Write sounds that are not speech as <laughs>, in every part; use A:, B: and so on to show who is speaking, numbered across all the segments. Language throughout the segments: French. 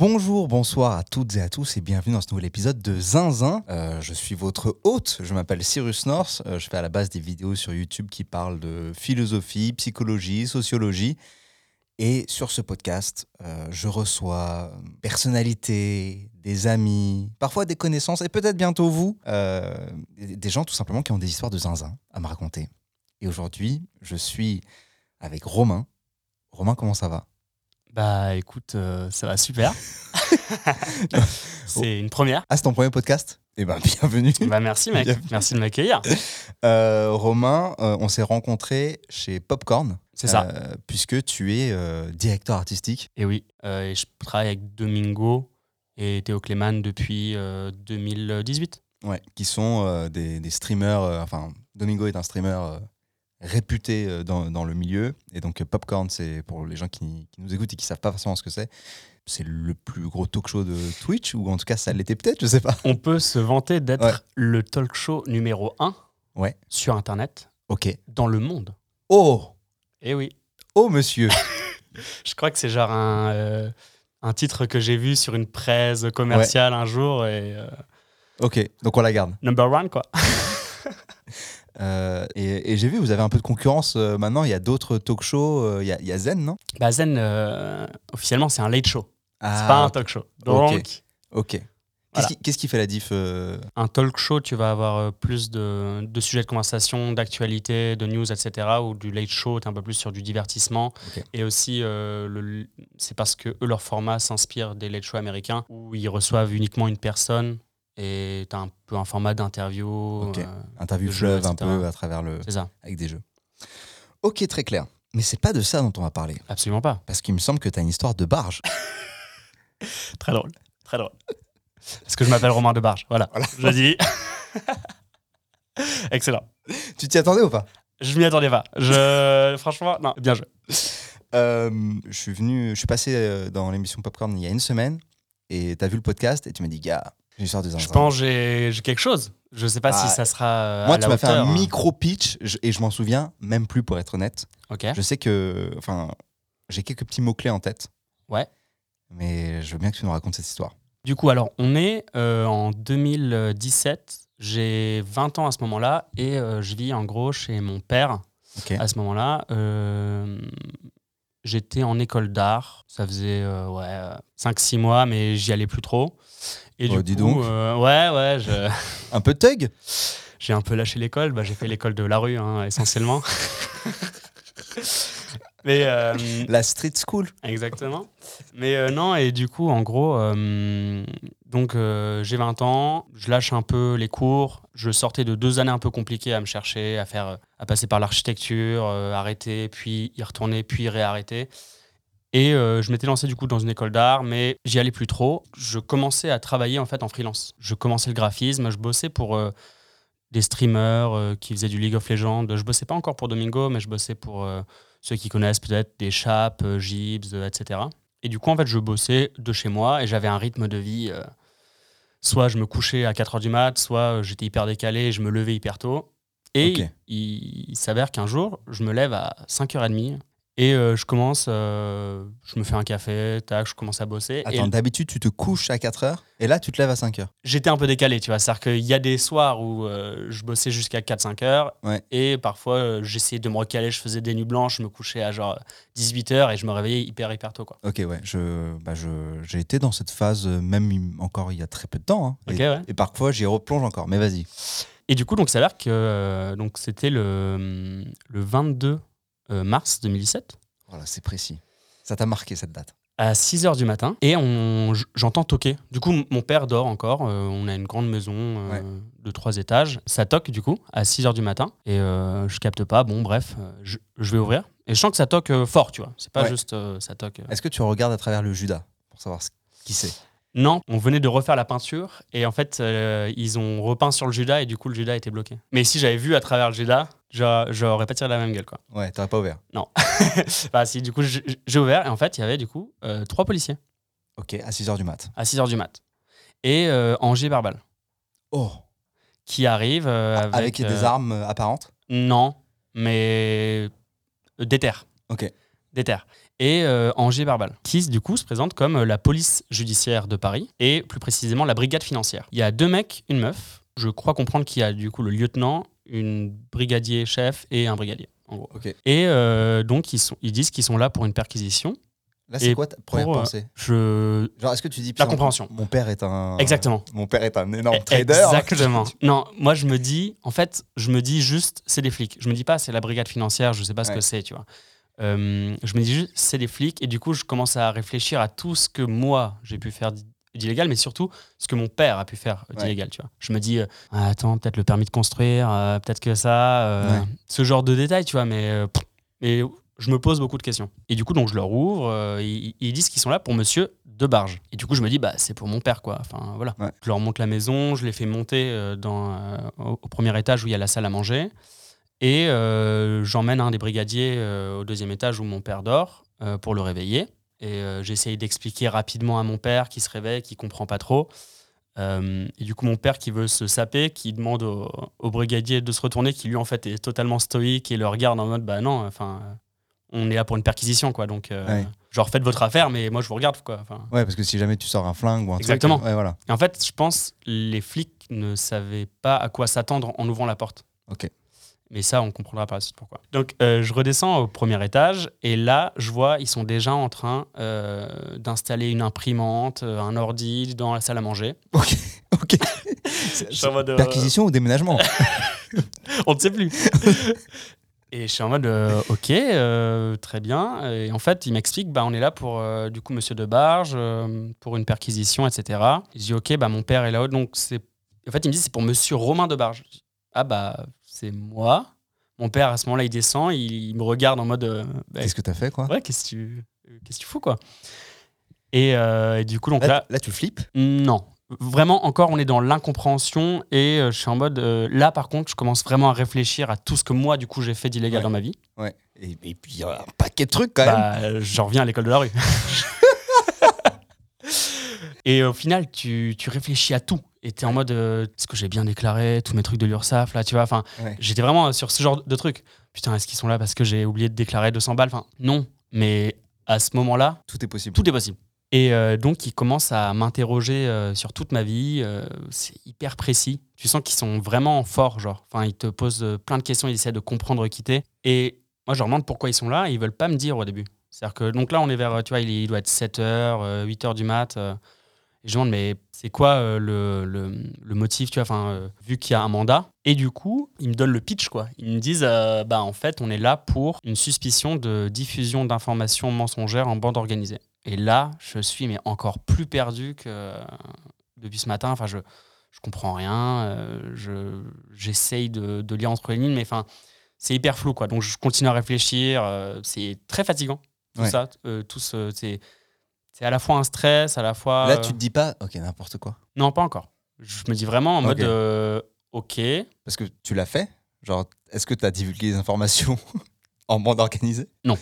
A: Bonjour, bonsoir à toutes et à tous et bienvenue dans ce nouvel épisode de Zinzin. Euh, je suis votre hôte, je m'appelle Cyrus North, Euh, je fais à la base des vidéos sur YouTube qui parlent de philosophie, psychologie, sociologie. Et sur ce podcast, euh, je reçois personnalités, des amis, parfois des connaissances et peut-être bientôt vous, euh, des gens tout simplement qui ont des histoires de zinzin à me raconter. Et aujourd'hui, je suis avec Romain. Romain, comment ça va
B: Bah écoute, euh, ça
A: <laughs>
B: va super. C'est une première.
A: Ah, c'est ton premier podcast Eh ben, <laughs> bienvenue.
B: Bah merci mec,
A: Bienvenue.
B: merci de m'accueillir.
A: Euh, Romain, euh, on s'est rencontrés chez Popcorn.
B: C'est ça.
A: euh, puisque tu es euh, directeur artistique.
B: Et oui, euh, et je travaille avec Domingo et Théo Clément depuis euh, 2018.
A: Ouais. Qui sont euh, des, des streamers. euh, enfin, Domingo est un streamer euh, réputé euh, dans, dans le milieu. Et donc, euh, Popcorn, c'est pour les gens qui, qui nous écoutent et qui savent pas forcément ce que c'est. C'est le plus gros talk show de Twitch, ou en tout cas, ça l'était peut-être, je sais pas.
B: On peut se vanter d'être
A: Ouais.
B: le talk show numéro 1
A: Ouais.
B: sur Internet
A: Ok.
B: dans le monde.
A: Oh
B: Et oui,
A: Oh, monsieur
B: je crois que c'est genre un, euh, un titre que j'ai vu sur une presse commerciale un jour et euh,
A: Ok, donc on la garde.
B: number one quoi.
A: Euh, et et j'ai vu, vous avez un peu de concurrence euh, maintenant. Il y a d'autres talk shows. euh, Il y a- il y, a Zen, non
B: Bah Zen, euh, officiellement c'est un late show,
A: Ah,
B: c'est pas un talk show. Donc...
A: Ok. Qu'est-ce
B: Voilà.
A: qui- Qu'est-ce qui, fait la diff euh,
B: un talk show, tu vas avoir euh, plus de, de sujets de conversation, d'actualité, de news, etc. Ou du late show, tu es un peu plus sur du divertissement.
A: Ok.
B: Et aussi, euh, le- c'est parce que eux, leur format s'inspire des late shows américains où ils reçoivent uniquement une personne et tu as un peu un format d'interview.
A: Ok.
B: euh,
A: Interview
B: Le jeu,
A: fleuve un
B: etc.
A: peu à travers le.
B: c'est ça,
A: avec des jeux. Ok, très clair. Mais c'est pas de ça dont on va parler.
B: absolument pas.
A: Parce qu'il me semble que tu as une histoire de barge. <laughs>
B: Très drôle, très drôle. Parce que je m'appelle Romain Debarge, voilà, je dis.
A: <laughs>
B: Excellent.
A: tu t'y attendais ou pas
B: Je m'y attendais pas. Je... Franchement, non, bien joué.
A: Euh, Je suis venu, je suis passé euh, dans l'émission Popcorn il y a une semaine et t'as vu le podcast et tu m'as dit, gars, j'ai une histoire de zinzin.
B: Je pense que j'ai j'ai quelque chose. Je sais pas
A: Ah,
B: si ça sera. euh,
A: Moi,
B: à
A: tu
B: la
A: m'as fait un
B: hauteur, hein.
A: micro pitch je- et je m'en souviens même plus pour être honnête.
B: Ok.
A: Je sais que, enfin, j'ai quelques petits mots clés en tête.
B: Ouais.
A: Mais je veux bien que tu nous racontes cette histoire.
B: Du coup, alors, on est euh, en 2017. J'ai 20 ans à ce moment-là et euh, je vis en gros chez mon père
A: Ok.
B: à ce moment-là. Euh, J'étais en école d'art. Ça faisait euh, ouais, 5-6 mois, mais j'y allais plus trop. Et
A: Oh,
B: du
A: dis
B: coup,
A: donc.
B: euh, ouais, ouais, je- <laughs>
A: Un peu thug
B: j'ai un peu lâché l'école. Bah, j'ai fait l'école de la rue, hein, essentiellement. <laughs> Mais euh,
A: La street school.
B: Exactement. Mais euh, non, et du coup, en gros, euh, donc euh, j'ai 20 ans, je lâche un peu les cours. Je sortais de deux années un peu compliquées à me chercher, à, faire, euh, à passer par l'architecture, euh, arrêter, puis y retourner, puis réarrêter. Et euh, je m'étais lancé du coup dans une école d'art, mais j'y allais plus trop. Je commençais à travailler en fait en freelance. Je commençais le graphisme, je bossais pour euh, des streamers euh, qui faisaient du League of Legends. Je bossais pas encore pour Domingo, mais je bossais pour euh, ceux qui connaissent peut-être des Chaps, euh, Gibbs, euh, etc. Et du coup, en fait, je bossais de chez moi et j'avais un rythme de vie. euh, soit je me couchais à 4h du mat, soit euh, j'étais hyper décalé, je me levais hyper tôt. Et
A: Ok.
B: il, il s'avère qu'un jour, je me lève à 5h30 et euh, je commence, euh, je me fais un café, tac, je commence à bosser. Et
A: Attends, d'habitude, tu te couches à 4 heures et là, tu te lèves à 5 heures.
B: j'étais un peu décalé, tu vois. C'est-à-dire qu'il y a des soirs où euh, je bossais jusqu'à 4-5 heures.
A: Ouais.
B: Et parfois, euh, j'essayais de me recaler, je faisais des nuits blanches, je me couchais à genre 18 heures et je me réveillais hyper, hyper tôt, quoi.
A: Ok, ouais, je, bah, je, j'ai été dans cette phase, euh, même im- encore il y a très peu de temps. hein.
B: Ok,
A: et,
B: ouais.
A: et parfois, j'y replonge encore, mais vas-y.
B: Et du coup, donc, ça a l'air que euh, donc, c'était le, hum, le 22 euh, mars 2017.
A: Voilà, c'est précis. Ça t'a marqué cette date.
B: à 6 h du matin et on, j- j'entends toquer. Du coup, m- mon père dort encore. euh, on a une grande maison euh,
A: Ouais.
B: de trois étages. Ça toque du coup à 6 h du matin et euh, je capte pas. Bon, bref, euh, je, je vais ouvrir et je sens que ça toque euh, fort, tu vois. C'est pas
A: Ouais.
B: juste euh, ça toque. euh.
A: Est-ce que tu regardes à travers le Judas pour savoir ce- qui c'est
B: Non, on venait de refaire la peinture et en fait, euh, ils ont repeint sur le Judas et du coup, le Judas était bloqué. Mais si j'avais vu à travers le Judas, j'a- j'aurais pas tiré la même gueule quoi.
A: Ouais, t'aurais pas ouvert.
B: Bah, si, du coup, j- j- j'ai ouvert et en fait, il y avait du coup euh, trois policiers
A: Ok, à 6 heures du mat.
B: à 6 h du mat et euh, Angers Barbal.
A: Oh
B: qui arrive euh, avec,
A: Ah, Avec, des
B: euh,
A: armes euh, apparentes
B: Non, mais euh, des terres.
A: Ok.
B: Des terres. et euh, Angers Barbal, qui du coup se présente comme euh, la police judiciaire de Paris et plus précisément la brigade financière. Il y a deux mecs, une meuf. Je crois comprendre qu'il y a du coup le lieutenant, une brigadier chef et un brigadier. En gros.
A: Ok.
B: Et euh, donc ils, sont, ils disent qu'ils sont là pour une perquisition.
A: Là, c'est
B: Et
A: quoi ta première
B: pour, euh,
A: pensée
B: Je
A: Genre, est-ce que tu Ah. dis
B: la
A: putain,
B: compréhension.
A: Mon père est un.
B: Exactement.
A: <laughs> Mon père est un énorme
B: E-
A: trader.
B: Exactement. non, moi je me dis, en fait, je me dis juste, c'est des flics. Je me dis pas, c'est la brigade financière, je sais pas ce
A: Ouais.
B: que c'est, tu vois. Euh, je me dis juste, c'est des flics, et du coup, je commence à réfléchir à tout ce que moi j'ai pu faire d- d'illégal, mais surtout ce que mon père a pu faire
A: Ouais.
B: d'illégal, tu vois. Je me dis, euh, Ah, attends, peut-être le permis de construire, euh, peut-être que ça, euh,
A: Ouais.
B: ce genre de détails, tu vois, mais. euh, pff, mais je me pose beaucoup de questions. Et du coup, donc, je leur ouvre. euh, ils, ils disent qu'ils sont là pour monsieur Debarge. Et du coup, je me dis, bah, c'est pour mon père, quoi. Enfin, voilà.
A: Ouais.
B: Je leur monte la maison, je les fais monter euh, dans, euh, au, au premier étage où il y a la salle à manger. Et euh, j'emmène un des brigadiers euh, au deuxième étage où mon père dort euh, pour le réveiller. Et euh, j'essaye d'expliquer rapidement à mon père qui se réveille, qui comprend pas trop. Euh, et du coup, mon père qui veut se saper, qui demande au, au brigadier de se retourner, qui lui en fait est totalement stoïque et le regarde en mode bah non, enfin, euh, on est là pour une perquisition quoi. Donc, euh,
A: Ouais.
B: genre faites votre affaire, mais moi je vous regarde quoi. Enfin,
A: <laughs> Ouais, parce que si jamais tu sors un flingue ou un
B: Exactement.
A: truc. euh, Ouais, voilà. <laughs>
B: et en fait, je pense les flics ne savaient pas à quoi s'attendre en ouvrant la porte.
A: Ok.
B: Mais ça, on comprendra par la suite pourquoi. Donc, euh, je redescends au premier étage et là, je vois, ils sont déjà en train euh, d'installer une imprimante, euh, un ordi dans la salle à manger.
A: Ok. Ok.
B: <laughs> Je suis en mode, euh,
A: Perquisition ou déménagement
B: <laughs> On ne sait plus. Et je suis en mode, euh, ok, euh, très bien. Et en fait, il m'explique, bah, on est là pour, euh, du coup, monsieur Debarge, euh, pour une perquisition, etc. Je dis, ok, bah, mon père est là-haut. Donc, c'est. En fait, il me dit, c'est pour monsieur Romain Debarge. Je dis, Ah, bah, c'est moi. Mon père, à ce moment-là, il descend, il, il me regarde en mode, euh, bah,
A: Qu'est-ce que t'as fait, quoi
B: ouais, qu'est-ce que tu, euh, qu'est-ce que tu fous, quoi. Et, euh, et du coup, donc
A: là,
B: là,
A: tu- là, tu flippes.
B: non. Vraiment, encore, on est dans l'incompréhension et euh, je suis en mode. euh, là, par contre, je commence vraiment à réfléchir à tout ce que moi, du coup, j'ai fait d'illégal
A: Ouais.
B: dans ma vie.
A: Ouais. Et, et puis, il y a un paquet de trucs, quand même.
B: Bah, euh, j'en reviens à l'école de
A: <laughs>
B: la rue. et au final, tu, tu réfléchis à tout. Et t'es en mode, euh, est-ce que j'ai bien déclaré tous mes trucs de l'URSSAF, là, tu vois Enfin,
A: Ouais.
B: j'étais vraiment euh, sur ce genre de truc. Putain, est-ce qu'ils sont là parce que j'ai oublié de déclarer 200 balles Enfin, non. Mais à ce moment-là,
A: Tout est possible.
B: tout est possible. Et euh, donc, ils commencent à m'interroger euh, sur toute ma vie. euh, c'est hyper précis. Tu sens qu'ils sont vraiment forts, genre. Enfin, ils te posent euh, plein de questions, ils essaient de comprendre qui t'es. Et moi, je leur demande pourquoi ils sont là et ils veulent pas me dire au début. C'est-à-dire que, donc là, on est vers, euh, tu vois, il, est- il doit être 7h, 8h du mat. euh, et je demande, mais c'est quoi euh, le, le- le motif, tu vois, enfin, euh, vu qu'il y a un mandat. Et du coup, ils me donnent le pitch, quoi. Ils me disent, euh, bah, en fait, on est là pour une suspicion de diffusion d'informations mensongères en bande organisée. Et là, je suis mais encore plus perdu que euh, depuis ce matin. Enfin, je je comprends rien. euh, je j'essaye de, de lire entre les lignes, mais enfin, c'est hyper flou, quoi. Donc, je continue à réfléchir. euh, c'est très fatigant tout
A: Ouais.
B: ça, euh, tout ce- c'est c'est à la fois un stress, à la fois
A: Là,
B: euh,
A: tu te dis pas, ok, n'importe quoi.
B: non, pas encore. Je me dis vraiment en mode
A: Ok.
B: euh, OK.
A: Parce que tu l'as fait Genre, est-ce que tu as divulgué des informations <laughs> en bande organisée
B: Non.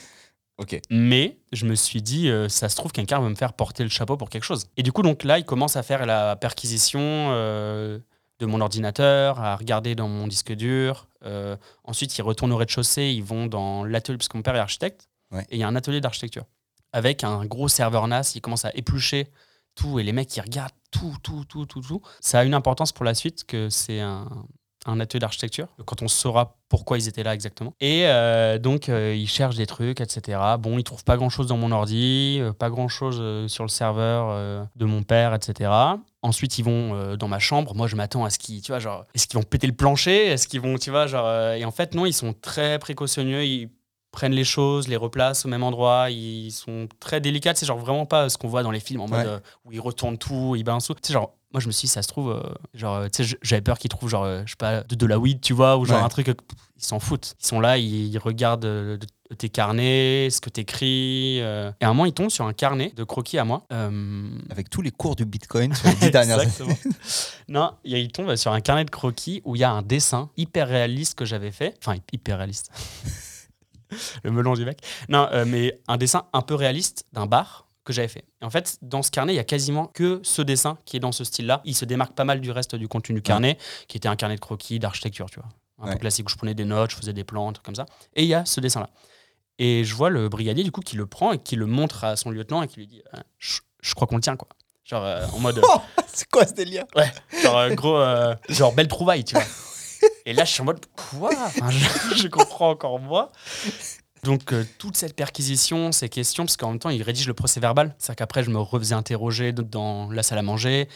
A: Ok.
B: Mais je me suis dit, euh, ça se trouve, quelqu'un va me faire porter le chapeau pour quelque chose. Et du coup, donc là, il commence à faire la perquisition euh, de mon ordinateur, à regarder dans mon disque dur. Euh, ensuite, ils retournent au rez-de-chaussée, ils vont dans l'atelier, parce que mon père est architecte,
A: Ouais.
B: et il y a un atelier d'architecture. Avec un gros serveur NAS, ils commencent à éplucher tout, et les mecs, ils regardent tout, tout, tout, tout, tout. Ça a une importance pour la suite que c'est un, un atelier d'architecture, quand on saura pourquoi ils étaient là exactement. Et euh, donc, euh, ils cherchent des trucs, etc. Bon, ils trouvent pas grand-chose dans mon ordi, euh, pas grand-chose euh, sur le serveur euh, de mon père, etc. Ensuite, ils vont euh, dans ma chambre. Moi, je m'attends à ce qu'ils, tu vois, genre, est-ce qu'ils vont péter le plancher Est-ce qu'ils vont, tu vois, genre... euh, et en fait, non, ils sont très précautionneux, ils prennent les choses, les replacent au même endroit, ils sont très délicats, c'est genre vraiment pas euh, ce qu'on voit dans les films en mode
A: Ouais.
B: euh, où ils retournent tout, ils balancent tout. Tu sais, genre, moi je me suis dit, ça se trouve, euh, genre, euh, tu sais, je- j'avais peur qu'ils trouvent, genre, euh, je sais pas, de, de la weed, tu vois, ou genre
A: Ouais.
B: un truc, euh, pff, ils s'en foutent. Ils sont là, ils, ils regardent euh, de- tes carnets, ce que t'écris. euh. Et à un moment, ils tombent sur un carnet de croquis à moi. Euh,
A: Avec tous les cours du Bitcoin
B: <laughs>
A: sur les dix dernières années.
B: Exactement. non, il y a- il tombe sur un carnet de croquis où il y a un dessin hyper réaliste que j'avais fait. Enfin, hy- hyper réaliste. <laughs> Le melon du mec. Non, euh, mais un dessin un peu réaliste d'un bar que j'avais fait. Et en fait, dans ce carnet, il y a quasiment que ce dessin qui est dans ce style-là. Il se démarque pas mal du reste du contenu du carnet, qui était un carnet de croquis, d'architecture, tu vois. Un
A: Ouais.
B: peu classique où je prenais des notes, je faisais des plans, un truc comme ça. Et il y a ce dessin-là. Et je vois le brigadier, du coup, qui le prend et qui le montre à son lieutenant et qui lui dit euh, je, je crois qu'on le tient, quoi. Genre, euh, en mode.
A: Oh, <laughs> c'est quoi ce délire
B: Ouais, genre euh, gros, euh, genre belle trouvaille, tu vois. Et là, je suis en mode quoi Enfin, je, <laughs> je comprends encore moi. Donc, euh, toute cette perquisition, ces questions, parce qu'en même temps, il rédige le procès verbal. C'est-à-dire qu'après, je me refaisais interroger de- dans la salle à manger.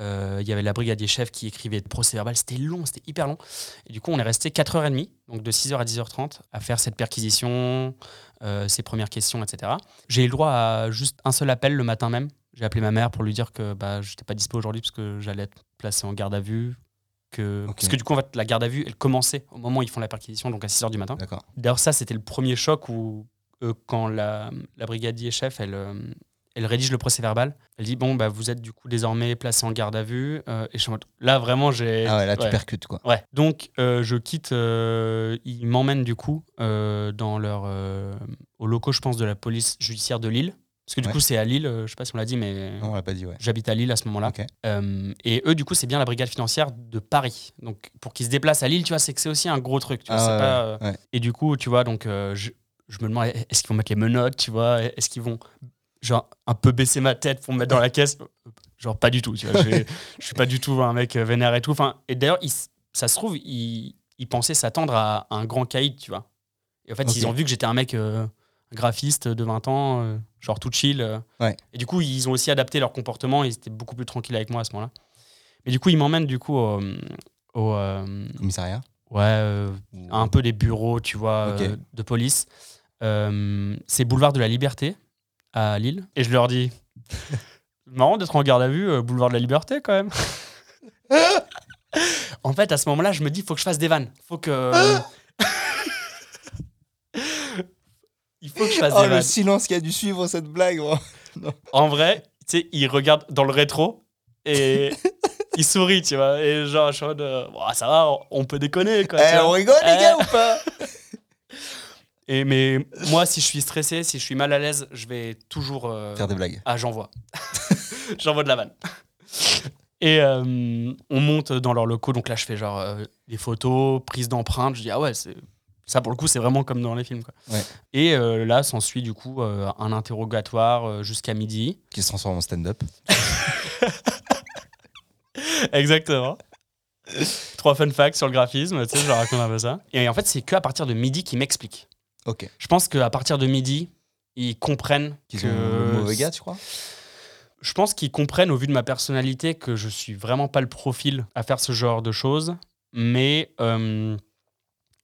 B: Euh, Il y avait la brigadier chef qui écrivait le procès verbal. C'était long, c'était hyper long. Et du coup, on est resté 4h30, donc de 6h à 10h30, à faire cette perquisition, euh, ces premières questions, etc. J'ai eu le droit à juste un seul appel le matin même. J'ai appelé ma mère pour lui dire que bah, je n'étais pas dispo aujourd'hui parce que j'allais être placé en garde à vue. Que...
A: Ok.
B: Parce que du coup, en fait, la garde à vue, elle commençait au moment où ils font la perquisition, donc à 6h du matin.
A: D'accord.
B: D'ailleurs, ça, c'était le premier choc où, euh, quand la, la brigadier chef, elle, euh, elle rédige le procès verbal, elle dit Bon, bah, vous êtes du coup désormais placé en garde à vue. euh, et je suis en mode, Là, vraiment, j'ai.
A: Ah ouais, là, tu
B: ouais.
A: percutes, quoi.
B: Ouais. Donc, euh, je quitte. euh, ils m'emmènent du coup euh, dans leur, euh, aux locaux, je pense, de la police judiciaire de Lille. Parce que du
A: Ouais.
B: coup, c'est à Lille. euh, je sais pas si on l'a dit, mais
A: Non, on l'a pas dit, ouais.
B: j'habite à Lille à ce moment-là.
A: Ok.
B: Euh, et eux, du coup, c'est bien la brigade financière de Paris. Donc, pour qu'ils se déplacent à Lille, tu vois, c'est que c'est aussi un gros truc. Tu vois,
A: Ah
B: c'est
A: ouais,
B: pas, euh,
A: ouais.
B: Et du coup, tu vois, donc, euh, je, je me demande, est-ce qu'ils vont mettre les menottes, tu vois Est-ce qu'ils vont, genre, un peu baisser ma tête pour me mettre dans la caisse Genre, pas du tout, tu vois. Je, je suis pas du tout un mec euh, vénère et tout. Enfin, et d'ailleurs, ils s- ça se trouve, ils, ils pensaient s'attendre à un grand caïd, tu vois. Et en fait,
A: Ok.
B: ils ont vu que j'étais un mec euh, graphiste de 20 ans, euh, genre tout chill. euh.
A: Ouais.
B: Et du coup, ils ont aussi adapté leur comportement. Ils étaient beaucoup plus tranquilles avec moi à ce moment-là. Mais du coup, ils m'emmènent du coup au, au, euh,
A: Commissariat
B: ouais, euh,
A: Ou-
B: un peu des bureaux, tu vois,
A: Ok.
B: euh, de police. Euh, c'est boulevard de la Liberté à Lille. Et je leur dis,
A: <laughs>
B: marrant d'être en garde à vue, euh, boulevard de la Liberté
A: <laughs>
B: quand même. en fait, à ce moment-là, je me dis, faut que je fasse des vannes.
A: <laughs>
B: Faut que. Il faut que je fasse
A: Oh,
B: des vannes.
A: le silence qui a dû suivre cette blague, gros.
B: En vrai, tu sais, il regarde dans le rétro et
A: <laughs>
B: il sourit, tu vois. Et genre, je suis en mode, euh, Ouah, ça va, on- on peut déconner quoi. tu
A: Eh,
B: vois.
A: on rigole, les
B: Eh.
A: gars, ou pas
B: Et mais moi, si je suis stressé, si je suis mal à l'aise, je vais toujours. euh,
A: Faire des blagues.
B: Ah, j'envoie. <laughs> j'envoie de la vanne. Et euh, on monte dans leurs locaux. Donc là, je fais genre euh, des photos, prise d'empreintes. Je dis, ah ouais, c'est- ça pour le coup, c'est vraiment comme dans les films. Quoi.
A: Ouais.
B: Et euh, là, s'ensuit du coup euh, un interrogatoire euh,
A: <laughs>
B: jusqu'à midi.
A: Qui se transforme en stand-up.
B: Exactement. Trois fun facts sur le graphisme, tu sais, je leur raconte un peu ça. Et en fait, c'est que à partir de midi qu'ils m'expliquent.
A: Ok.
B: Je pense qu'à partir de midi, ils comprennent
A: Qui
B: que
A: sont le mauvais gars, tu crois
B: Je pense qu'ils comprennent, au vu de ma personnalité, que je suis vraiment pas le profil à faire ce genre de choses. Mais euh,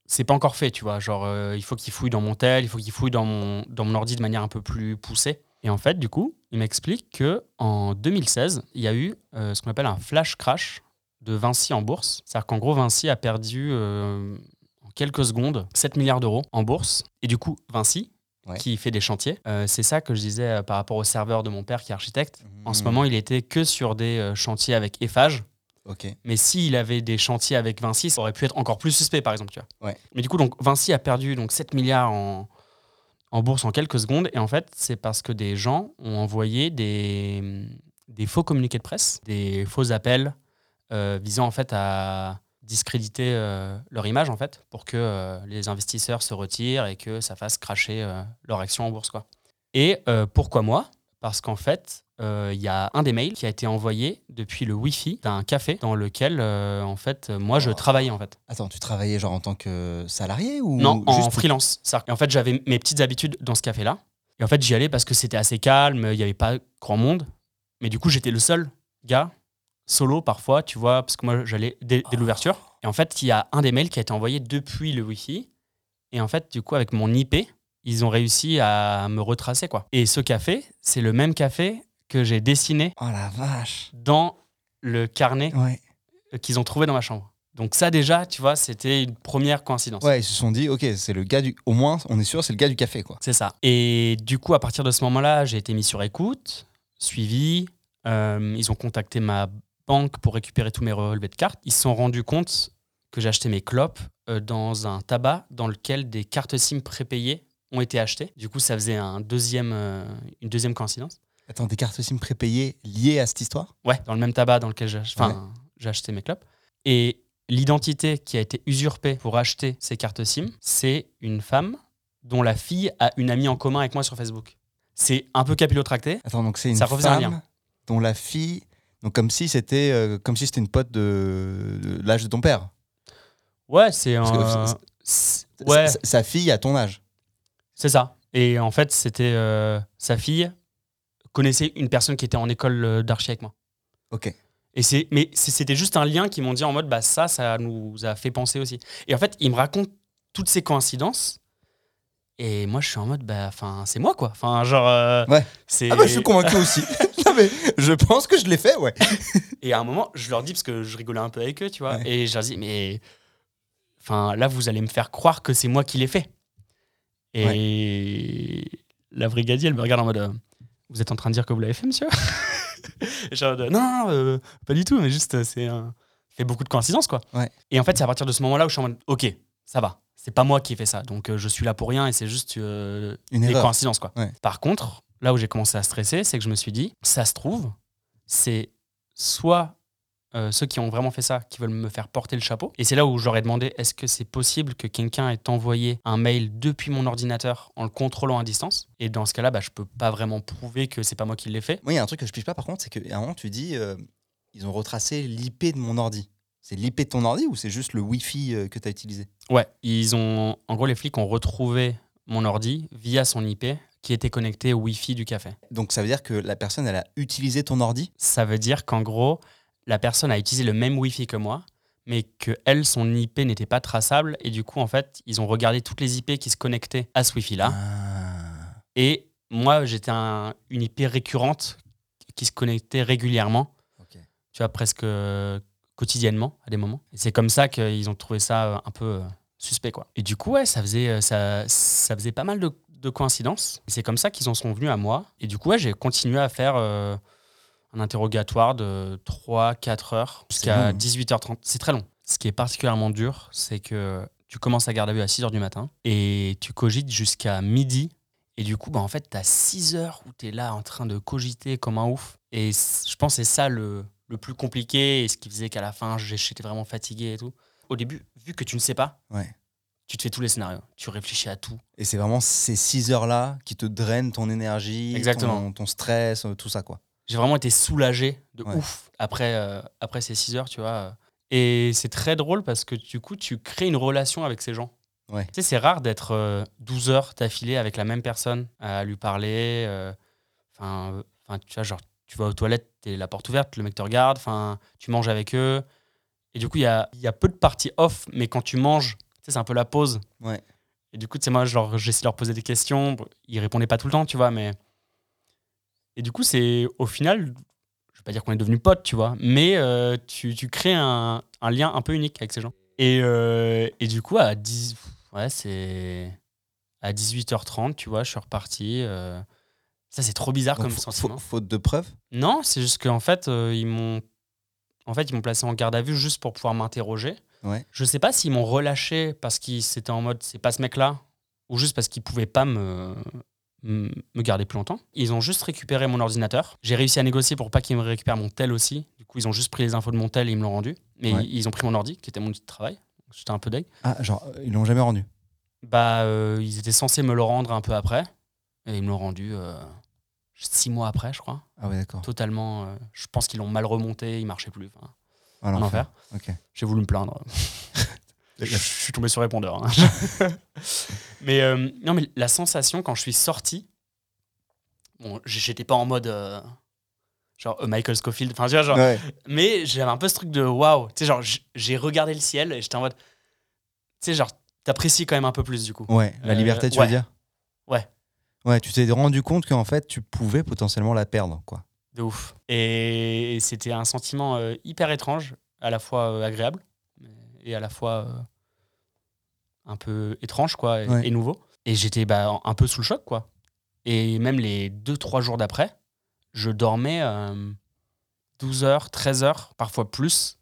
B: c'est pas encore fait, tu vois. Genre, euh, il faut qu'ils fouillent dans mon tel, il faut qu'ils fouillent dans mon, dans mon ordi de manière un peu plus poussée. Et en fait, du coup, ils m'expliquent que en 2016, il y a eu euh, ce qu'on appelle un flash crash de Vinci en bourse. C'est-à-dire qu'en gros, Vinci a perdu euh, en quelques secondes 7 milliards d'euros en bourse. Et du coup, Vinci,
A: Ouais.
B: qui fait des chantiers, euh, c'est ça que je disais euh, par rapport au serveur de mon père qui est architecte. En
A: Hmm.
B: ce moment, il était que sur des euh, chantiers avec Eiffage.
A: Ok.
B: Mais s'il avait des chantiers avec Vinci, ça aurait pu être encore plus suspect, par exemple. Tu vois.
A: Ouais.
B: Mais du coup, donc, Vinci a perdu donc, 7 milliards en, en bourse en quelques secondes. Et en fait, c'est parce que des gens ont envoyé des, des faux communiqués de presse, des faux appels euh, visant en fait à discréditer euh, leur image en fait pour que euh, les investisseurs se retirent et que ça fasse cracher euh, leur action en bourse quoi. Et euh, pourquoi moi Parce qu'en fait, euh, il y a un des mails qui a été envoyé depuis le Wi-Fi d'un café dans lequel euh, en fait euh, moi je
A: Oh.
B: travaillais en fait.
A: Attends, tu travaillais genre en tant que salarié ou
B: Non, en
A: juste
B: freelance. C'est-à-dire qu'en fait, j'avais mes petites habitudes dans ce café-là. Et en fait, j'y allais parce que c'était assez calme, il n'y avait pas grand monde. Mais du coup, j'étais le seul gars, solo parfois, tu vois, parce que moi, j'allais dès, dès l'ouverture. Et en fait, il y a un des mails qui a été envoyé depuis le Wi-Fi. Et en fait, du coup, avec mon IP, ils ont réussi à me retracer, quoi. Et ce café, c'est le même café que j'ai dessiné
A: Oh la vache.
B: dans le carnet
A: Ouais.
B: qu'ils ont trouvé dans ma chambre. Donc ça, déjà, tu vois, c'était une première coïncidence.
A: Ouais, ils se sont dit, ok, c'est le gars du. Au moins, on est sûr, c'est le gars du café, quoi.
B: C'est ça. Et du coup, à partir de ce moment-là, j'ai été mis sur écoute, suivi. Euh, ils ont contacté ma banque pour récupérer tous mes relevés de cartes. Ils se sont rendus compte que j'achetais mes clopes euh, dans un tabac dans lequel des cartes SIM prépayées ont été achetées. Du coup, ça faisait un deuxième, euh, une deuxième coïncidence.
A: Attends, des cartes SIM prépayées liées à cette histoire
B: Ouais, dans le même tabac dans lequel j'ai ach- enfin, j'ai acheté mes clopes. Et l'identité qui a été usurpée pour acheter ces cartes SIM, c'est une femme dont la fille a une amie en commun avec moi sur Facebook. C'est un peu capillotracté.
A: Attends, donc c'est une
B: Ça refaisait un
A: femme
B: lien.
A: dont la fille. Donc comme si c'était euh, comme si c'était une pote de, de l'âge de ton père.
B: Ouais, c'est
A: Parce que
B: un.
A: c'est-
B: c'est- Ouais,
A: Sa, sa fille à ton âge.
B: c'est ça. Et en fait, c'était euh, sa fille connaissait une personne qui était en école euh, d'archi avec moi.
A: Ok.
B: Et c'est, mais c'est- c'était juste un lien qu'ils m'ont dit en mode, bah ça, ça nous a fait penser aussi. Et en fait, ils me racontent toutes ces coïncidences. Et moi, je suis en mode, bah, enfin, c'est moi quoi. Enfin, genre. euh,
A: Ouais.
B: C'est...
A: Ah bah je suis convaincu aussi. <laughs> non mais je pense que je l'ai fait, ouais.
B: Et à un moment, je leur dis, parce que je rigolais un peu avec eux, tu vois,
A: Ouais.
B: et je leur dis, mais. Enfin, là, vous allez me faire croire que c'est moi qui l'ai fait. Et la brigadier, elle me regarde en mode. euh, Vous êtes en train de dire que vous l'avez fait, monsieur <laughs> Et je suis en mode, Non, non, non, euh, pas du tout, mais juste, euh, c'est un. C'est beaucoup de coïncidences, quoi.
A: Ouais.
B: Et en fait, c'est à partir de ce moment-là où je suis en mode, ok, ça va, c'est pas moi qui ai fait ça, donc euh, je suis là pour rien et c'est juste euh,
A: Une
B: des
A: erreur.
B: coïncidences quoi.
A: Ouais.
B: Par contre, là où j'ai commencé à stresser, c'est que je me suis dit, ça se trouve, c'est soit euh, ceux qui ont vraiment fait ça qui veulent me faire porter le chapeau, et c'est là où j'aurais demandé, est-ce que c'est possible que quelqu'un ait envoyé un mail depuis mon ordinateur en le contrôlant à distance Et dans ce cas-là, bah, je peux pas vraiment prouver que c'est pas moi qui l'ai fait.
A: Moi, il y a un truc que je pige pas par contre, c'est qu'à un moment tu dis euh, ils ont retracé l'IP de mon ordi. C'est l'IP de ton ordi ou c'est juste le Wi-Fi euh, que tu as utilisé
B: Ouais, ils ont, en gros, les flics ont retrouvé mon ordi via son IP qui était connecté au Wi-Fi du café.
A: Donc ça veut dire que la personne elle a utilisé ton ordi
B: ça veut dire qu'en gros, la personne a utilisé le même Wi-Fi que moi, mais que elle, son IP n'était pas traçable. Et du coup, en fait, ils ont regardé toutes les IP qui se connectaient à ce Wi-Fi-là.
A: Ah.
B: Et moi, j'étais un- une IP récurrente qui se connectait régulièrement,
A: Ok.
B: tu vois, presque euh, quotidiennement à des moments. Et c'est comme ça qu'ils ont trouvé ça euh, un peu euh, suspect, quoi. Et du coup, ouais, ça faisait, euh, ça, ça faisait pas mal de, de coïncidences. Et c'est comme ça qu'ils en sont venus à moi. Et du coup, ouais, j'ai continué à faire euh, un interrogatoire de 3-4 heures
A: C'est
B: jusqu'à
A: long. hein.
B: 18h30. C'est très long. Ce qui est particulièrement dur, c'est que tu commences à garde à vue à 6h du matin et tu cogites jusqu'à midi. Et du coup, bah, en fait, tu as 6 heures où tu es là en train de cogiter comme un ouf. Et c- je pense que c'est ça le, le plus compliqué et ce qui faisait qu'à la fin, j'ai- j'étais vraiment fatigué et tout. Au début, vu que tu ne sais pas,
A: Ouais.
B: tu te fais tous les scénarios. Tu réfléchis à tout.
A: Et c'est vraiment ces 6 heures là qui te drainent ton énergie,
B: Exactement.
A: Ton, ton stress, euh, tout ça quoi.
B: J'ai vraiment été soulagé de
A: Ouais.
B: ouf après, euh, après ces 6 heures, tu vois. euh. Et c'est très drôle parce que du coup, tu crées une relation avec ces gens.
A: Ouais.
B: Tu sais, c'est rare d'être euh, 12 heures d'affilée avec la même personne, à lui parler. euh, Enfin, euh, enfin, tu vois, genre, tu vas aux toilettes, t'es la porte ouverte, le mec te regarde, enfin, tu manges avec eux. Et du coup, il y a, il y a peu de parties off, mais quand tu manges, tu sais, c'est un peu la pause.
A: Ouais.
B: Et du coup, tu sais, moi, genre, j'essayais de leur poser des questions. Bon, Ils répondaient pas tout le temps, tu vois, mais. Et du coup, c'est au final, je vais pas dire qu'on est devenus potes, tu vois, mais euh, tu, tu crées un, un lien un peu unique avec ces gens. Et, euh, et du coup, à 10, ouais, c'est à 18h30, tu vois, je suis reparti. euh, Ça, c'est trop bizarre
A: Donc,
B: comme
A: fa-
B: sentiment.
A: fa- faute de preuves
B: Non, c'est juste qu'en fait, euh, ils m'ont en fait, ils m'ont placé en garde à vue juste pour pouvoir m'interroger.
A: Ouais.
B: Je sais pas s'ils m'ont relâché parce qu'ils c'était en mode c'est pas ce mec-là ou juste parce qu'ils pouvaient pas me me me garder plus longtemps. Ils ont juste récupéré mon ordinateur. J'ai réussi à négocier pour pas qu'ils me récupèrent mon tel aussi. Du coup, ils ont juste pris les infos de mon tel et ils me l'ont rendu. Mais
A: Ouais.
B: ils, ils ont pris mon ordi qui était mon outil de travail. J'étais un peu deg.
A: Ah, genre euh, ils l'ont jamais rendu.
B: Bah, euh, ils étaient censés me le rendre un peu après et ils me l'ont rendu euh, six mois après, je crois
A: Ah ouais, d'accord.
B: totalement. euh, je pense qu'ils l'ont mal remonté, il marchait plus. Enfin,
A: Ah,
B: un enfer.
A: Ok.
B: J'ai voulu me plaindre. je je suis tombé sur répondeur. hein. mais euh, non, mais la sensation quand je suis sorti, bon, j- j'étais pas en mode euh, genre euh, Michael Scofield. Enfin, tu vois, genre,
A: Ouais.
B: mais j'avais un peu ce truc de waouh. Tu sais, genre, j- j'ai regardé le ciel et j'étais en mode, tu sais, genre, t'apprécies quand même un peu plus du coup.
A: Ouais, la
B: Euh,
A: liberté, tu
B: ouais.
A: veux dire
B: Ouais.
A: Ouais, tu t'es rendu compte qu'en fait, tu pouvais potentiellement la perdre, quoi.
B: De ouf. Et c'était un sentiment euh, hyper étrange, à la fois euh, agréable et à la fois euh, un peu étrange quoi, et,
A: Ouais.
B: et nouveau. Et j'étais bah, un peu sous le choc. quoi. Et même les 2-3 jours d'après, je dormais euh, 12 heures, 13 heures, parfois plus,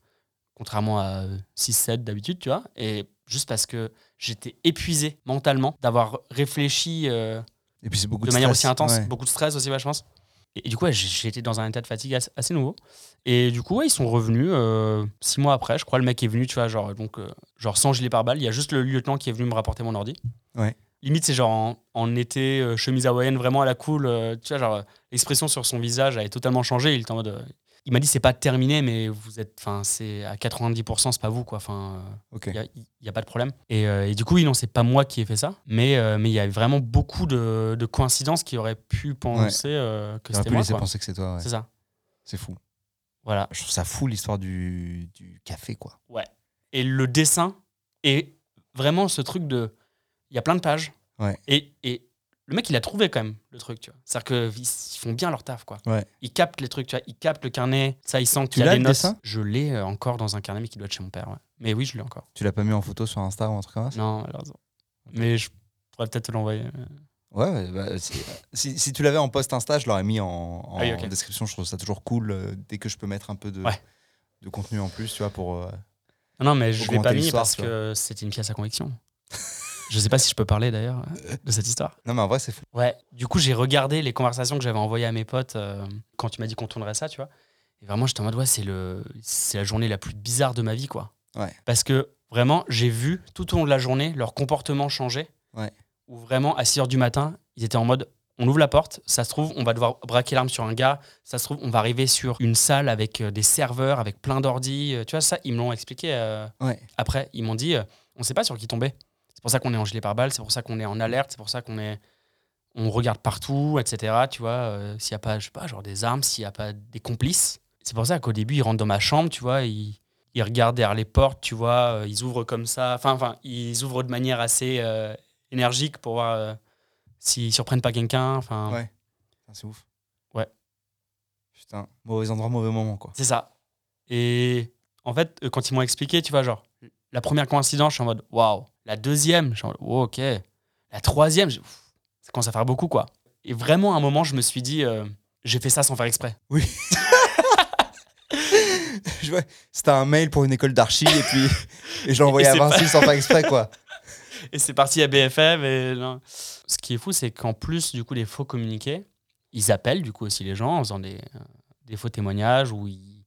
B: contrairement à 6-7 d'habitude, tu vois. Et juste parce que j'étais épuisé mentalement d'avoir réfléchi. euh,
A: Et puis c'est beaucoup
B: de
A: de,
B: manière
A: stress.
B: aussi intense,
A: Ouais.
B: beaucoup de stress aussi, bah, je pense. Et, et du coup, ouais, j'ai- j'ai été dans un état de fatigue assez, assez nouveau. Et du coup, ouais, ils sont revenus euh, six mois après. Je crois le mec est venu, tu vois, genre, donc, euh, genre sans gilet pare-balles. Il y a juste le lieutenant qui est venu me rapporter mon ordi.
A: Ouais.
B: Limite, c'est genre en, en été, euh, chemise hawaïenne, vraiment à la cool. euh, tu vois, genre, euh, l'expression sur son visage avait totalement changé. Il était en mode. euh, il m'a dit, c'est pas terminé, mais vous êtes. Enfin, c'est à 90%, c'est pas vous, quoi. Enfin. euh,
A: Ok.
B: il n'y a, pas de problème. Et, euh, et du coup, oui, non, c'est pas moi qui ai fait ça, mais euh, mais il y a vraiment beaucoup de, de coïncidences qui auraient pu penser euh, que
A: J'aurais
B: c'était
A: pu
B: moi.
A: laisser
B: quoi.
A: penser que c'est toi. ouais.
B: C'est ça.
A: C'est fou.
B: Voilà.
A: Je trouve ça fou l'histoire du, du café, quoi.
B: Et le dessin est vraiment ce truc de. Il y a plein de pages.
A: Ouais.
B: Et, et le mec, il a trouvé quand même le truc, tu vois. C'est-à-dire qu'ils font bien leur taf, quoi.
A: Ouais.
B: Ils captent les trucs, tu vois. Ils captent le carnet. Ça, ils sentent
A: Tu
B: qu'il y a
A: l'as,
B: des
A: le
B: notes.
A: dessin
B: je l'ai euh, encore dans un carnet, mais qui doit être chez mon père, ouais. Mais oui, je l'ai encore.
A: Tu l'as pas mis en photo sur Insta ou un truc comme ça
B: Non, malheureusement. Mais je pourrais peut-être te l'envoyer.
A: Ouais, ouais, bah, c'est- si, si tu l'avais en post Insta, je l'aurais mis en, en
B: Ah oui, ok.
A: description. Je trouve ça toujours cool euh, dès que je peux mettre un peu de,
B: Ouais.
A: de contenu en plus, tu vois, pour. euh,
B: Non, non, mais je l'ai
A: Augmenter
B: pas
A: le
B: mis
A: soir,
B: parce
A: tu vois.
B: que c'était une pièce à conviction. je sais pas si je peux parler d'ailleurs euh, de cette histoire.
A: Non, mais en vrai, c'est fou.
B: Ouais, du coup, j'ai regardé les conversations que j'avais envoyées à mes potes euh, quand tu m'as dit qu'on tournerait ça, tu vois. Et vraiment, j'étais en mode, ouais, c'est le... c'est la journée la plus bizarre de ma vie, quoi.
A: Ouais.
B: Parce que vraiment, j'ai vu tout au long de la journée leur comportement changer.
A: Ouais.
B: Où vraiment, à 6 h du matin, ils étaient en mode, on ouvre la porte, ça se trouve, on va devoir braquer l'arme sur un gars, ça se trouve, on va arriver sur une salle avec euh, des serveurs, avec plein d'ordi. euh, Tu vois, ça, ils me l'ont expliqué. euh,
A: Ouais.
B: après, ils m'ont dit, euh, on ne sait pas sur qui tomber. C'est pour ça qu'on est en gilet pare-balles, c'est pour ça qu'on est en alerte, c'est pour ça qu'on est, on regarde partout, etc. Tu vois, euh, s'il n'y a pas, je sais pas, genre des armes, s'il n'y a pas des complices. C'est pour ça qu'au début, ils rentrent dans ma chambre, tu vois, ils, ils regardent derrière les portes, tu vois, euh, ils ouvrent comme ça. Enfin, enfin, ils ouvrent de manière assez euh, énergique pour voir euh, s'ils surprennent pas quelqu'un. Enfin,
A: Ouais. Putain, C'est ouf.
B: Ouais.
A: Putain, mauvais endroit, mauvais moment, quoi. <laughs>
B: C'est ça. Et en fait, euh, quand ils m'ont expliqué, tu vois, genre, la première coïncidence, je suis en mode waouh. La deuxième, je suis en mode wow, ok. La troisième, j'ai- ouf, ça commence à faire beaucoup, quoi. Et vraiment, à un moment, je me suis dit, euh, j'ai fait ça sans faire exprès.
A: Je vois, C'était un mail pour une école d'archi et puis <laughs> et je l'ai envoyé
B: Et
A: à
B: c'est
A: Vinci
B: <laughs>
A: sans faire exprès, quoi.
B: Et c'est parti à BFM. Et non. Ce qui est fou, c'est qu'en plus, du coup, les faux communiqués, ils appellent, du coup, aussi les gens en faisant des, euh, des faux témoignages où ils,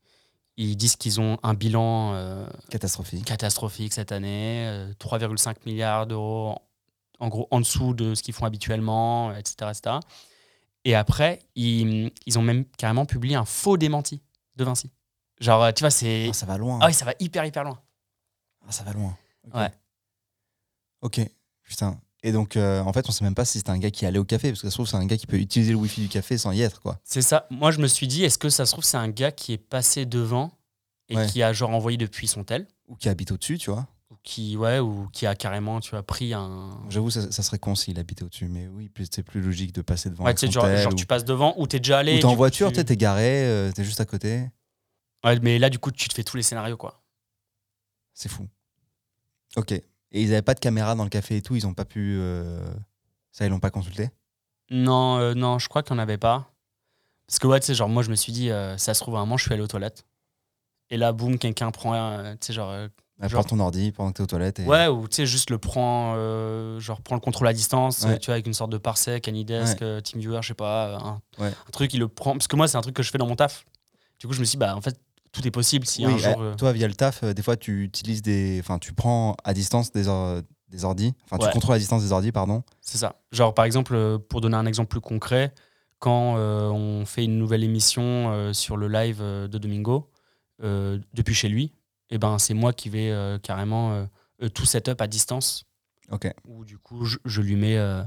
B: ils disent qu'ils ont un bilan. euh,
A: Catastrophique.
B: catastrophique cette année, euh, 3,5 milliards d'euros, en- en gros en dessous de ce qu'ils font habituellement, euh, etc. etc. Et après, ils, ils ont même carrément publié un faux démenti de Vinci. Genre, euh, tu vois, c'est.
A: Ah, ça va loin.
B: Ah oui, ça va hyper, hyper loin.
A: Ah, ça va loin. Ok.
B: Ouais.
A: Ok, putain. Et donc, euh, en fait, on sait même pas si c'est un gars qui allait au café, parce que ça se trouve, c'est un gars qui peut utiliser le wifi du café sans y être, quoi.
B: C'est ça. Moi, je me suis dit, est-ce que ça se trouve, c'est un gars qui est passé devant et
A: Ouais.
B: qui a genre envoyé depuis son tel
A: Ou qui habite au-dessus, tu vois.
B: ou qui, ouais, ou qui a carrément, tu vois, pris un.
A: J'avoue, ça, ça serait con s'il habitait au-dessus, mais oui, puis c'est plus logique de passer devant.
B: Ouais,
A: un
B: tu sais, genre,
A: frontel
B: genre,
A: ou-
B: tu passes devant ou t'es déjà
A: ou
B: allé. et
A: t'es en
B: du coup,
A: voiture,
B: tu-
A: tu... t'es garé, euh, t'es juste à côté.
B: Ouais, mais là, du coup, tu te fais tous les scénarios, quoi.
A: C'est fou. Ok. Et ils avaient pas de caméra dans le café et tout, ils ont pas pu. euh, Ça, ils l'ont pas consulté.
B: Non, euh, non, je crois qu'il n'y en avait pas. Parce que, ouais, tu sais, genre, moi, je me suis dit, euh, ça se trouve, à un moment, je suis allé aux toilettes. Et là, boum, quelqu'un prend, euh, tu sais, genre. euh,
A: Ah,
B: Genre-
A: Prends ton ordi pendant que t'es aux toilettes. Et...
B: ouais, ou tu sais, juste le prend, euh, genre, prend le contrôle à distance,
A: Ouais.
B: euh, tu vois, avec une sorte de parsec, Anydesk, euh, TeamViewer, je sais pas, euh, un,
A: Ouais.
B: un truc, il le prend. Parce que moi, c'est un truc que je fais dans mon taf. Du coup, je me suis dit, bah, en fait, tout est possible si un
A: Oui,
B: jour.
A: euh,
B: euh,
A: Toi, via le taf, euh, des fois, tu utilises des. Enfin, tu prends à distance des, or- des ordis. Enfin, tu
B: Ouais.
A: contrôles à distance des ordis, pardon.
B: C'est ça. Genre, par exemple, euh, pour donner un exemple plus concret, quand euh, on fait une nouvelle émission euh, sur le live euh, de Domingo, euh, depuis chez lui, et ben, c'est moi qui vais euh, carrément euh, euh, tout setup à distance,
A: Ok.
B: où du coup, je, je lui mets euh,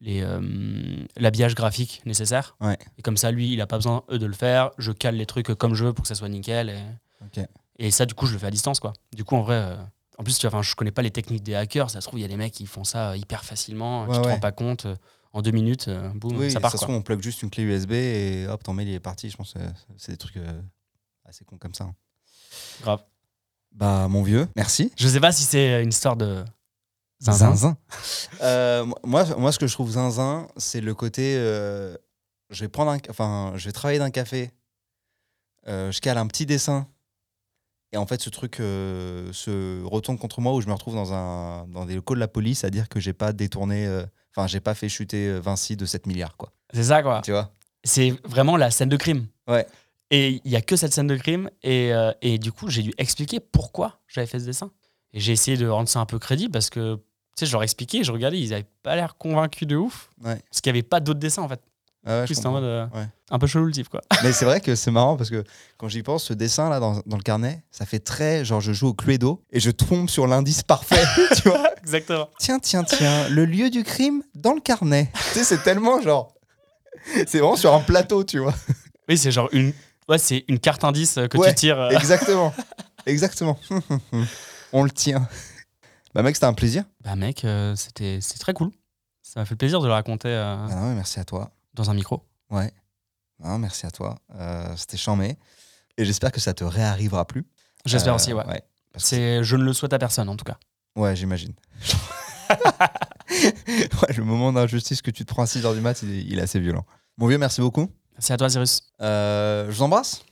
B: les, euh, l'habillage graphique nécessaire.
A: Ouais.
B: Et comme ça, lui, il n'a pas besoin euh, de le faire. Je cale les trucs comme je veux pour que ça soit nickel. Et,
A: Ok.
B: et ça, du coup, je le fais à distance. quoi. Du coup, en vrai. euh, en plus, tu vois, enfin, je connais pas les techniques des hackers. Ça se trouve, il y a des mecs qui font ça euh, hyper facilement.
A: Ouais,
B: tu te
A: ouais.
B: rends pas compte. euh, En deux minutes, euh, boum,
A: Oui,
B: ça part.
A: se
B: quoi.
A: trouve, on plug juste une clé USB et hop, ton mail il est parti. Je pense que c'est des trucs euh, assez cons comme ça. hein.
B: Grave.
A: Bah, mon vieux, merci.
B: Je sais pas si c'est une histoire de. Zinzin.
A: Zinzin. Euh, moi, moi, ce que je trouve zinzin, c'est le côté. euh, je vais prendre un, ca- enfin, je vais travailler d'un café. euh, je cale un petit dessin. Et en fait, ce truc euh, se retourne contre moi où je me retrouve dans, un, dans des locaux de la police à dire que j'ai pas détourné, euh, enfin, j'ai pas fait chuter euh, Vinci de 7 milliards, quoi.
B: C'est ça, quoi.
A: Tu vois
B: C'est vraiment la scène de crime.
A: Ouais.
B: Et il y a que cette scène de crime. Et, euh, et du coup, j'ai dû expliquer pourquoi j'avais fait ce dessin. Et j'ai essayé de rendre ça un peu crédible parce que sais, je leur expliquais, je regardais, ils avaient pas l'air convaincus de ouf.
A: Ouais.
B: Parce qu'il y avait pas d'autres dessins, en fait.
A: Ah ouais, je
B: Juste en
A: comprends.
B: mode. euh,
A: Ouais.
B: Un peu chelou le type, quoi. <laughs>
A: Mais c'est vrai que c'est marrant parce que quand j'y pense, ce dessin là dans, dans le carnet, ça fait très genre je joue au Cluedo et je tombe sur l'indice parfait, <laughs> tu vois.
B: Exactement.
A: Tiens, tiens, tiens, le lieu du crime dans le carnet. tu sais, c'est tellement genre. C'est vraiment sur un plateau, tu vois.
B: Oui, c'est genre une. Ouais, c'est une carte indice euh, que
A: Ouais,
B: tu tires. euh,
A: Exactement. Exactement. On le tient. Bah, mec, c'était un plaisir.
B: Bah, mec, euh, c'était c'est très cool. Ça m'a fait plaisir de le raconter euh,
A: Ah non, mais merci à toi.
B: dans un micro.
A: Ouais. Non, merci à toi. Euh, c'était charmé. Et j'espère que ça te réarrivera plus.
B: J'espère
A: Euh,
B: aussi, ouais.
A: parce que-
B: C'est, je ne le souhaite à personne, en tout cas.
A: Ouais,
B: <laughs>
A: j'imagine. Ouais, le moment d'injustice que tu te prends à 6h du mat, il est, il est assez violent. Mon vieux, merci beaucoup.
B: Merci à toi, Cyrus.
A: Euh, je vous embrasse.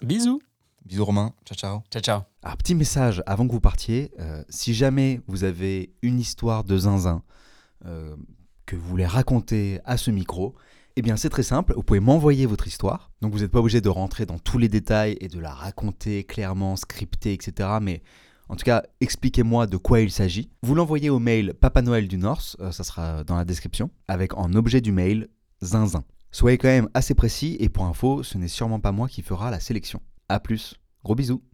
B: Bisous.
A: Bisous Romain. Ciao, ciao.
B: Ciao, ciao.
C: Un petit message avant que vous partiez. euh, si jamais vous avez une histoire de zinzin euh, que vous voulez raconter à ce micro, eh bien c'est très simple, vous pouvez m'envoyer votre histoire. Donc vous n'êtes pas obligé de rentrer dans tous les détails et de la raconter clairement, scripter, etc. Mais en tout cas, expliquez-moi de quoi il s'agit. Vous l'envoyez au mail Papa Noël du Nord, euh, ça sera dans la description, avec en objet du mail zinzin. Soyez quand même assez précis et pour info, ce n'est sûrement pas moi qui fera la sélection. A plus, gros bisous